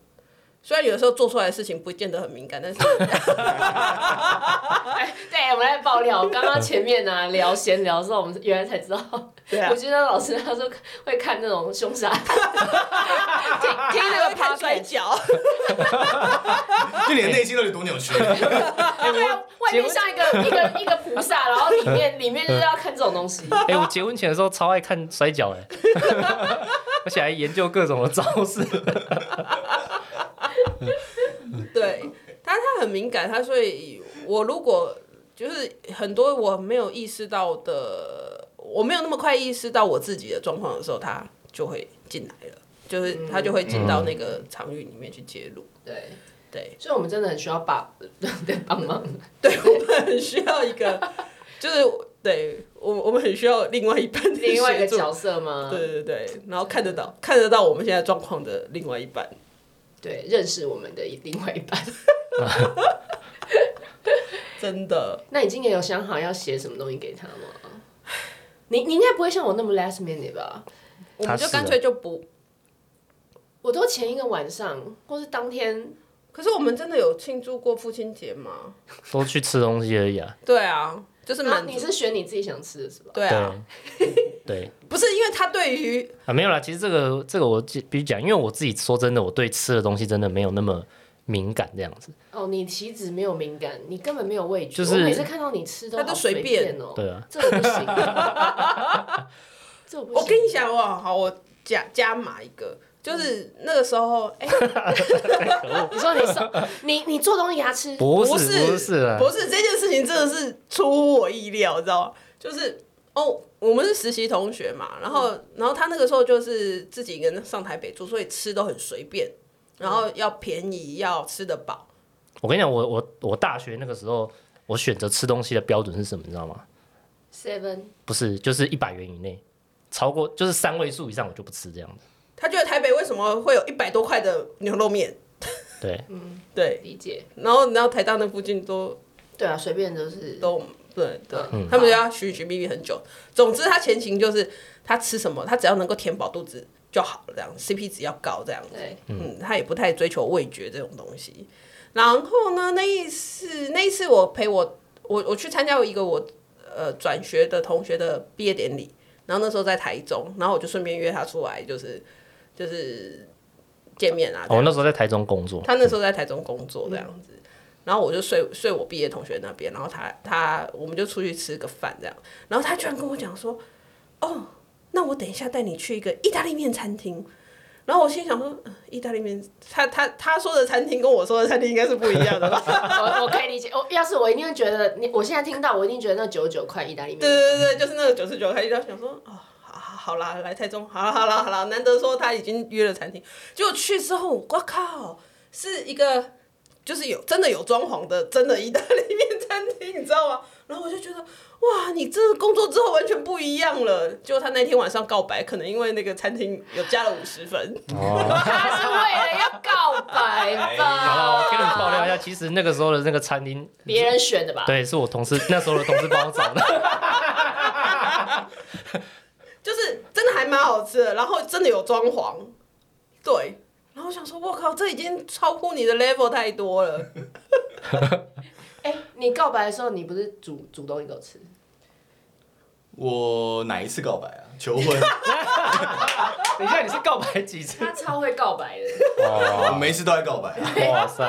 虽然有的时候做出来的事情不见得很敏感，但 是
哎，对，我们来爆料，刚刚前面呢、聊闲聊的时候，我们原来才知道，
对啊
我觉得老师他说会看那种凶杀， 听听
他
那个
会拍摔
podcast，
跤，
就你的内心到底多扭曲？
对啊，外面像一个一个一个菩萨，然后里面里面就是要看这种东西。
哎、我结婚前的时候超爱看摔跤，哎， 而且还研究各种的招式。
对他他很敏感，他所以我如果就是很多我没有意识到的，我没有那么快意识到我自己的状况的时候，他就会进来了，就是
嗯
他就会进到那个场域里面去介入。
对，
对，
所以我们真的很需要爸 对帮忙。
对我们很需要一个，就是对我我们很需要另外一半的
另外一个
协助
角色吗？
对对对，然后看得到看得到我们现在状况的另外一半。
对，认识我们的一另外一半。
真的，
那你今年有想好要写什么东西给他吗？你你应该不会像我那么 last minute 吧？
我们
他
就是啊干脆就不。
我都前一个晚上，或是当天，
可是我们真的有庆祝过父亲节吗？
都去吃东西而已啊。
对啊，就是
然后
满
你
足。
是选你自己想吃的是吧？
对啊，
对，对
不是因为他对于
啊，没有啦。其实这个这个我必必须讲，因为我自己说真的，我对吃的东西真的没有那么敏感这样子。
哦，你体脂没有敏感，你根本没有味觉。
就是
我每次看到你吃都
他都
好
随
随
便
哦。
对啊，
这我 不行。这我不行。
我跟你讲哇，好，我加加码一个，就是那个时候，哎、
你说你手， 你你做东西给他吃，
不是
不
不是啊啦，
不是这件事情真的是出乎我意料，你知道吗？就是哦，我们是实习同学嘛，然后
嗯
然后他那个时候就是自己一个人上台北住，所以吃都很随便，然后要便宜，要吃得饱。
我跟你讲，我我我大学那个时候，我选择吃东西的标准是什么，你知道吗？
seven
不是，就是一百元以内，超过就是三位数以上我就不吃这样子。
他觉得台北为什么会有一百多块的牛肉面？
对，
对，
理解。
然后然后台大那附近都
对啊，随便就是嗯
都对对，他们就要寻寻觅觅很久。总之，他前情就是他吃什么，他只要能够填饱肚子就好了，这样 CP 值要高这样子
对。
嗯，他也不太追求味觉这种东西。然后呢，那一次那一次我陪我我我去参加一个我呃转学的同学的毕业典礼，然后那时候在台中，然后我就顺便约他出来，就是就是见面啊。这样
我那时候在台中工作，
他那时候在台中工作这样子，然后我就睡睡我毕业同学那边，然后他他我们就出去吃个饭这样，然后他居然跟我讲说，哦，那我等一下带你去一个意大利面餐厅。然后我心想说，呃意大利面，他他他说的餐厅跟我说的餐厅应该是不一样的吧？
我我可以理解，我要是我一定会觉得你，我现在听到我一定觉得那九十九块意大利面，
对对对对，就是那个九十九开心，然后想说，哦，好好好啦，来台中，好啦好啦好啦，难得说他已经约了餐厅，结果去之后，我靠，是一个就是有真的有装潢的，真的意大利面餐厅，你知道吗？然后我就觉得，哇，你这工作之后完全不一样了。结果他那天晚上告白，可能因为那个餐厅有加了五十分，
他是为了要告白
哎好了，
吧？
我跟你爆料一下，其实那个时候的那个餐厅，
别人选的吧？
对，是我同事那时候的同事帮我找的。
就是真的还蛮好吃的，然后真的有装潢，对。然后我想说，我靠，这已经超乎你的 level 太多了。
哎、你告白的时候，你不是煮煮东西给我吃？
我哪一次告白啊？求婚？
等一下，你是告白几 次？
他超会告白的，
我每一次都在告白啊。
哇塞，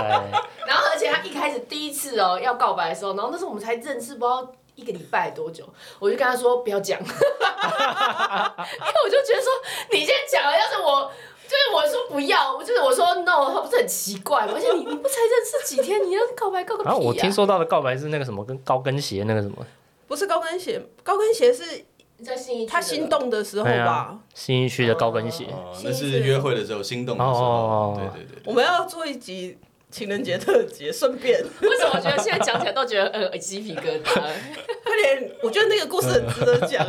然后而且他一开始第一次哦要告白的时候，然后那时候我们才认识不知道一个礼拜多久，我就跟他说不要讲， 因为我就觉得说你先讲了，要是我。就是我说不要，我就是我说 no，他不是很奇怪吗？而且你你不才认识几天，你要告白告个屁、
然
啊！
后我听说到的告白是那个什么跟高跟鞋那个什么，
不是高跟鞋，高跟鞋是
你在信义区
他
的
心动的时候
对
吧
啊。，新一区的高跟鞋，
哦，
新
那
一次
是约会的时候心动的时候
哦，
对对对对。
我们要做一集情人节特辑，顺便
为什么我觉得现在讲起来都觉得呃鸡皮疙 瘩？
快点，我觉得那个故事很值得讲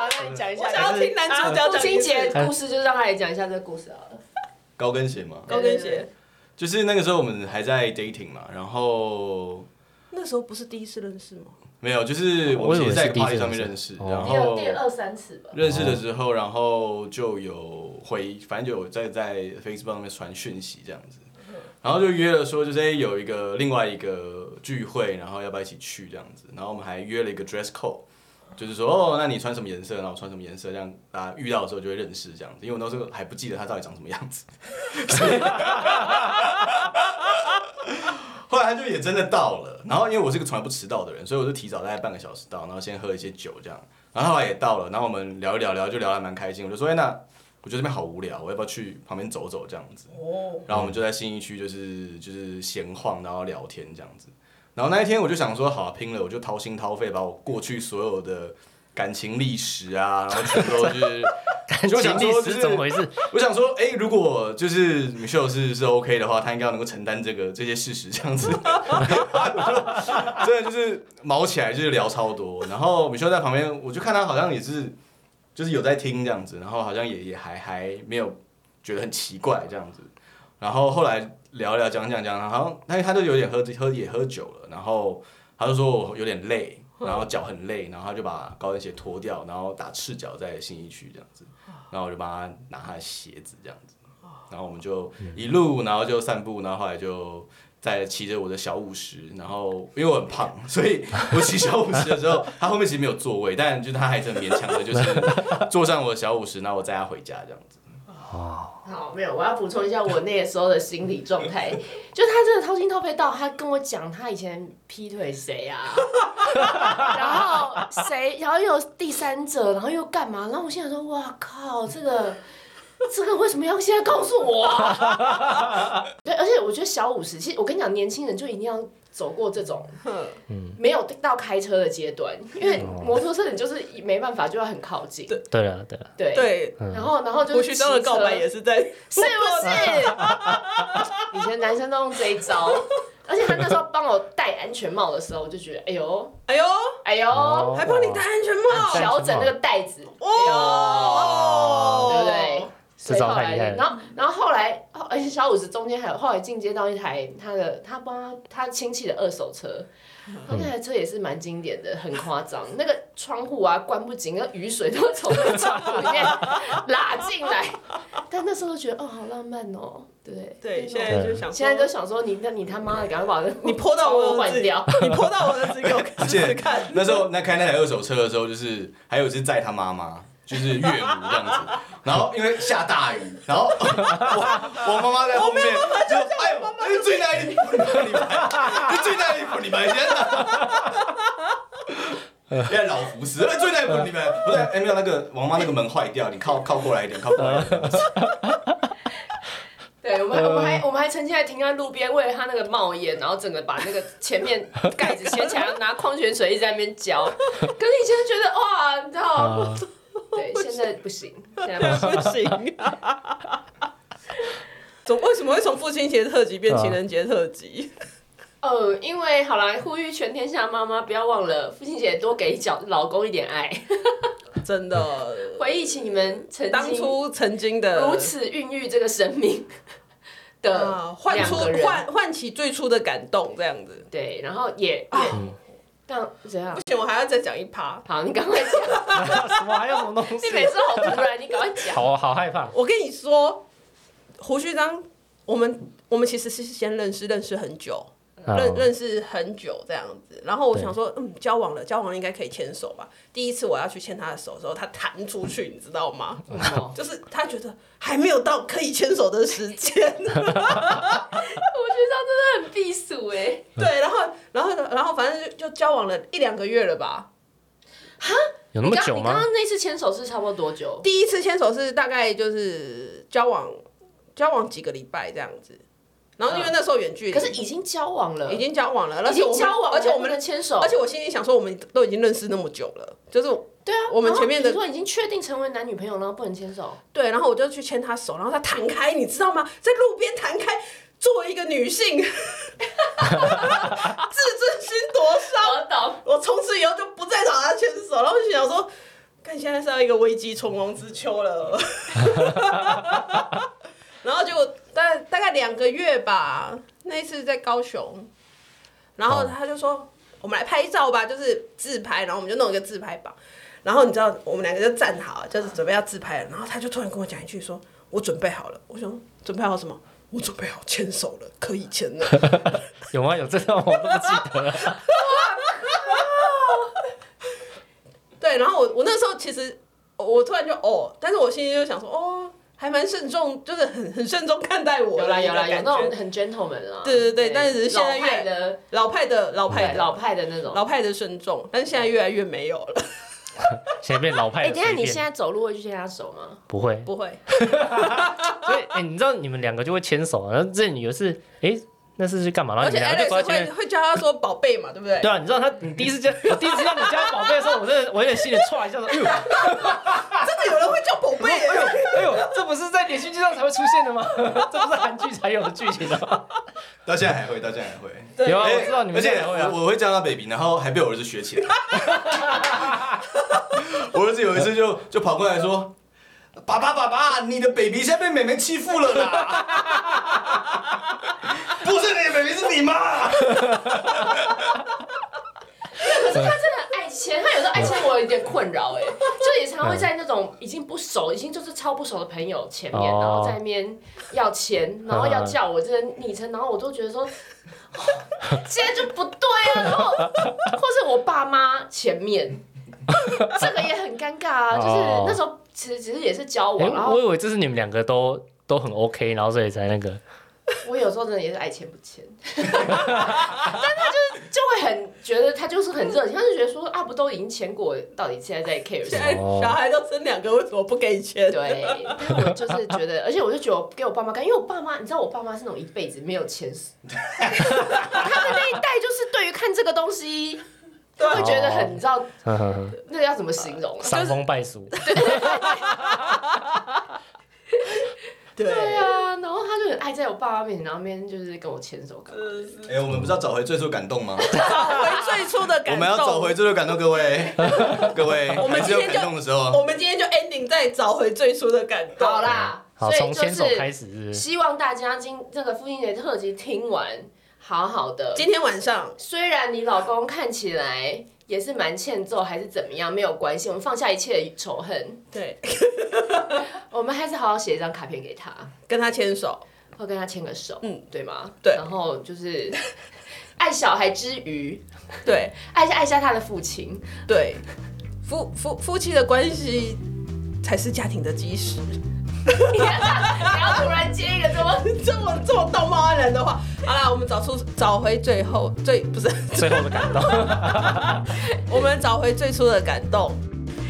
哎、
好，那你讲一下。
我想要听男主角讲一
父亲
次
节故事，就让他来讲一下这个故事好了。
高跟鞋嘛，
高跟鞋。
就是那个时候我们还在 dating 嘛，然后
那时候不是第一次认识吗？
没有，就是
我
我们
以
其
为
实在
是第一
party
次
上面认
认
识
识，哦
然
第二
后
第二三次吧。
认识了之后，然后就有回，反正就有在在 Facebook 上面传讯息这样子，然后就约了说，就是哎有一个另外一个聚会，然后要不要一起去这样子，然后我们还约了一个 dress code，就是说哦，那你穿什么颜色，然后我穿什么颜色，这样大家遇到的时候就会认识这样子，因为我那时候还不记得他到底长什么样子，后来他就也真的到了，然后因为我是个从来不迟到的人，所以我就提早大概半个小时到，然后先喝一些酒这样，然后后来也到了，然后我们聊一聊聊就聊得蛮开心，我就说哎、那我觉得这边好无聊，我要不要去旁边走走这样子？
哦，
然后我们就在新一区就是就是闲晃，然后聊天这样子。然后那一天我就想说，好、啊、拼了，我就掏心掏肺把我过去所有的感情历史啊，然后全都就是。
感
就
情
想
历
说
史
就是
是怎么回事？
我想说，哎、如果就是 Michelle 是是 OK 的话，他应该要能够承担这个这些事实这样子。我就真的就是毛起来就是聊超多，然后 Michelle 在旁边，我就看他好像也是就是有在听这样子，然后好像也也还还没有觉得很奇怪这样子。然后后来聊聊讲讲讲，好像他他就有点喝喝也喝酒了，然后他就说我有点累，然后脚很累，然后他就把高跟鞋脱掉，然后打赤脚在新一区这样子，然后我就帮他拿他的鞋子这样子，然后我们就一路然后就散步，然后后来就。在骑着我的小五十，然后因为我很胖，所以我骑小五十的时候，他后面其实没有座位，但就是他还是很勉强的，就是坐上我的小五十，然后我载他回家这样子。
好，没有，我要补充一下我那个时候的心理状 态，就他真的掏心掏肺到他跟我讲他以前劈腿谁啊， 然后谁，然后又有第三者，然后又干嘛？然后我现在说，哇靠，这个。这个为什么要现在告诉我、 啊？对，而且我觉得小五十，其实我跟你讲，年轻人就一定要走过这种
哼
没有到开车的阶段，因为
嗯
摩托车你就是没办法，就要很靠近。
对了对了，
对，
对，
然后然后就
胡
是
须
骑
章的告白
车
也是在，
是不是？ 以前男生都用这一招，而且他那时候帮我戴安全帽的时候，我就觉得，哎呦，
哎呦，
哎呦，
哦
还帮你戴安全
哇
帽，
调整那个带子，
哦，
哎对不对？
哦这招太厉害了
然后，然后后来，哦而且小五十中间还有后来进阶到一台他的他帮他他亲戚的二手车，
嗯
那台车也是蛮经典的，很夸张。那个窗户啊关不紧，那雨水都从那个窗户里面拉进来。但那时候觉得哦，好浪漫哦，对
对，
那
现
种
在就想说，
现在就想说你那你他妈的赶快把那
你泼到我儿
换
子，
掉，
你泼到我儿子给我看试 试看。
那时候那开那台二手车的时候，就是还有是载他妈妈，就是岳母这样子。然后因为下大雨，然 后我我妈妈在后面就哎呦，那是最大一步，你们那 最大一步，你们先的。现在老服饰，哎，最大一步你们不对，哎没有那个王妈那个门坏掉，你靠靠过来一点，靠过来一点。
对我们，我
呃
们还我们还曾经还停在路边，为了他那个冒烟，然后整个把那个前面盖子掀起来，拿矿泉水一直在那边浇。可是以前觉得哇，你知道，
啊，
对，现在不行，现在不行。
不行、 总为什么会从父亲节特辑变情人节特 辑？
呃，因为好啦，呼吁全天下妈妈不要忘了父亲节多给脚老公一点爱，
真的，
回忆起你们曾经
当初曾经的
如此孕育这个生命的
啊，唤
两
出
个人
唤唤起最初的感动，这样子。
对，然后也
啊
也但怎样
不？行，我还要再讲一趴。
好，你赶快讲，
什么还有什么东西
你？每次好突然，你赶快讲。
好好害怕，
我跟你说，胡须章，我们我们其实是先认识，认识很久，
嗯
认认识很久这样子。然后我想说，嗯，交往了，交往了应该可以牵手吧。第一次我要去牵他的手的时候，他弹出去，你知道吗？
哦
就是他觉得还没有到可以牵手的时间。
我觉得这样真的很避暑哎、
对，然后然后然后反正就就交往了一两个月了吧。
有那么
你刚
久
你刚
吗？
刚那次牵手是差不多多久？
第一次牵手是大概就是交往交往几个礼拜这样子，然后因为那时候远距离，
可是已经交往了，
已经交往了，而
已
且我们
经交往了，
而且我
还不
们
能牵手，
而且我心里想说，我们都已经认识那么久了，就是
对啊，
我们
然后
前面的
你说已经确定成为男女朋友，然后不能牵手，
对，然后我就去牵他手，然后他弹开，你知道吗？在路边弹开，作为一个女性，自 尊心多少？
懂。
我从此以后就不再找他牵手，然后我就想说，看现在是要一个危机存亡之秋了。然后结果大概大概两个月吧，那一次在高雄，然后
哦
他就说、我们来拍照吧，就是自拍，然后我们就弄一个自拍榜，然后你知道我们两个就站好，就是准备要自拍了，然后他就突然跟我讲一句说，我准备好了，我想说准备好什么？我准备好牵手了，可以牵了。
有吗？有这段我都不记得了。
对，然后我我那时候其实我我突然就哦，但是我心里就想说哦，还蛮慎重，就是很很慎重看待我
有
的
啦
一
有
个
啦，有
感
那种
觉
很 gentleman 啊。
对对对但是现在
老派
越
的
老派的老派的
对老派的那种。
老派的慎重，但是现在越来越没有了，
前面老派
哎，
的
等一下
随
你
便，
现在走路会去牵他手吗？
不会。
不会，
所以，哎，你知道你们两个就会牵手啊？然后之前有一次，哎，那次是干嘛？然后
而
你
且
们两个就走
Alex
在前面
会。会叫他说宝贝嘛，对不对？
对啊，你知道他，你第一次叫， 我第一次叫你家宝贝的时候，我真的， 我有点心里歘一下，说，哎
真
呦，
的有人会叫宝贝欸耶，
哎呦，这不是在连续剧上才会出现的吗？ 这不是韩剧才有的剧情 啊！
到现在还会，到现在还会。
有啊，
哎
我知道你们
而且
现在还会啊。
我我会叫他 baby，然后还被我儿子学起来。 我儿子有一次就就跑过来说：“爸爸爸爸，你的 baby 现在被妹妹欺负了啦！ 不是你的 baby，是你妈。
可是他真的爱牵，他有时候爱牵我有点困扰
嗯
哎，就也常会在那种已经不熟、已经就是超不熟的朋友前面，
哦嗯
然后在那边要牵，然后要叫我这个昵称，然后我都觉得说，哦现在就不对 啊，然后或是我爸妈前面， 这个也很尴尬啊，就是
哦
那时候其实其实也是交
哎、
往，然
我
后
以为这是你们两个都都很 OK，然后所以才那个。
我有时候真的也是爱牵不 牵，但是就是就会很觉得他就是很热情，他就觉得说啊，不都已经牵过了，到底现在在 care 什
现
么？
在
哦
小孩都生两个，为什么不给你签？
对，啊但我就是觉得，而且我就觉得我给我爸妈看，因为我爸妈，你知道我爸妈是那种一辈子没有钱死，他们那一代就是对于看这个东西，
对
他会觉得很，你知道
呵呵呵
那个要怎么形容啊？
伤风败俗，
对
对啊，然后他就很爱在我爸妈面前，然后那边就是跟我牵手干嘛？
真的是”
哎，我们不是要找回最初感动吗？
找回最初的
我
感动。
们要找回最初感动，各位各位，
我们
还是
今
有
天就
感动的时候。
我们今天就 ending 在找回最初的感动。
好啦，
好，
所以
从
就
牵手开
是
始是不是
希望大家今这个父亲节特辑听完，好好的。
今天晚上
虽然你老公看起来也是蛮欠揍，还是怎么样，没有关系，我们放下一切的仇恨。
对
我们还是好好写一张卡片给他，
跟他牵手，
或跟他牵个手，嗯，对吗？
对
然后就是 爱小孩之余，
对
爱一下爱一下他的父亲。
对，夫夫夫妻的关系才是家庭的基石。
你要突然接一个这么
这么这么道貌岸然的话，好啦，我们找出找回最后最不是，
最后的 感动。
我们找回最初的感动。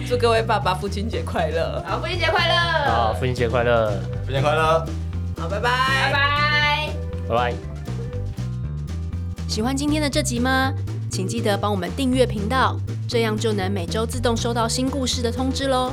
祝各位爸爸父亲节快乐！
好，父亲节快乐！
好，父亲节快乐，
新年快乐！
好，拜拜，
拜拜。
拜拜。
喜欢今天的这集吗？请记得帮我们订阅频道，这样就能每周自动收到新故事的通知喽。